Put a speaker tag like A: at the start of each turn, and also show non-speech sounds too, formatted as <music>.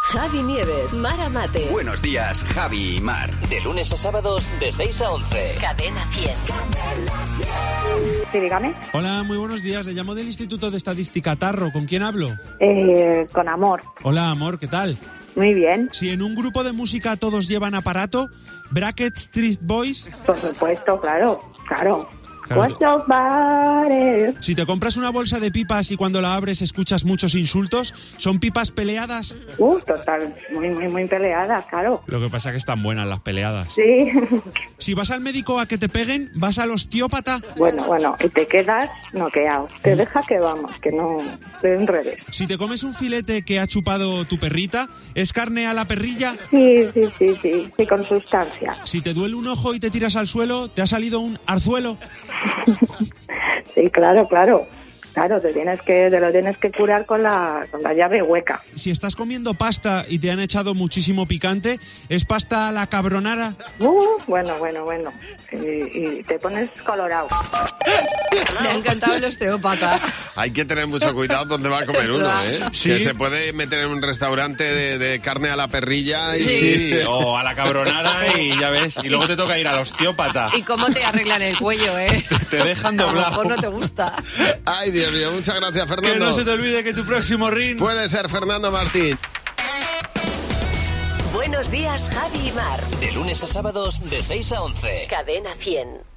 A: Javi Nieves, Mara Mate,
B: Buenos días, Javi y Mar.
C: De lunes a sábados de 6 a 11.
A: Cadena 100.
D: Sí, dígame.
E: Hola, muy buenos días. Le llamo del Instituto de Estadística Tarro. ¿Con quién hablo?
D: Eh, con amor.
E: Hola, amor, ¿qué tal?
D: Muy bien,
E: Si en un grupo de música todos llevan aparato, Bracket Street Boys,
D: por supuesto, claro, claro.
E: Claro.
D: What's up, buddy?
E: si te compras una bolsa de pipas y cuando la abres escuchas muchos insultos, son pipas peleadas.
D: Uh, total, muy, muy, muy peleada, claro.
E: Lo que pasa es que están buenas las peleadas.
D: Sí, <laughs>
E: Si vas al médico a que te peguen, vas al osteópata.
D: bueno, bueno, y te quedas noqueado. Te deja que vamos, que no te enredes.
E: Si te comes un filete que ha chupado tu perrita, es carne a la perrilla.
D: Sí, sí, sí, sí, sí, con sustancia.
E: Si te duele un ojo y te tiras al suelo, te ha salido un arzuelo.
D: Sí, claro, claro. Claro, te tienes que, te lo tienes que curar con la, con la llave hueca.
E: Si estás comiendo pasta y te han echado muchísimo picante, es pasta a la cabronara.
D: Uh, bueno, bueno, bueno. Y, y te pones colorado.
F: Me ha encantado el osteópata.
G: Hay que tener mucho cuidado donde va a comer uno, ¿eh?
E: Sí.
G: Que se puede meter en un restaurante de, de carne a la perrilla y...
H: Sí, o a la cabronada y ya ves. Y luego te toca ir al osteópata.
F: <laughs> ¿Y cómo te arreglan el cuello, eh?
H: Te dejan
F: A lo
H: doblado.
F: mejor no te gusta.
G: <laughs> Ay, Dios mío, muchas gracias, Fernando.
E: Que no se te olvide que tu próximo ring
G: Puede ser Fernando Martín.
A: Buenos días, Javi y Mar.
C: De lunes a sábados de 6 a 11.
A: Cadena 100.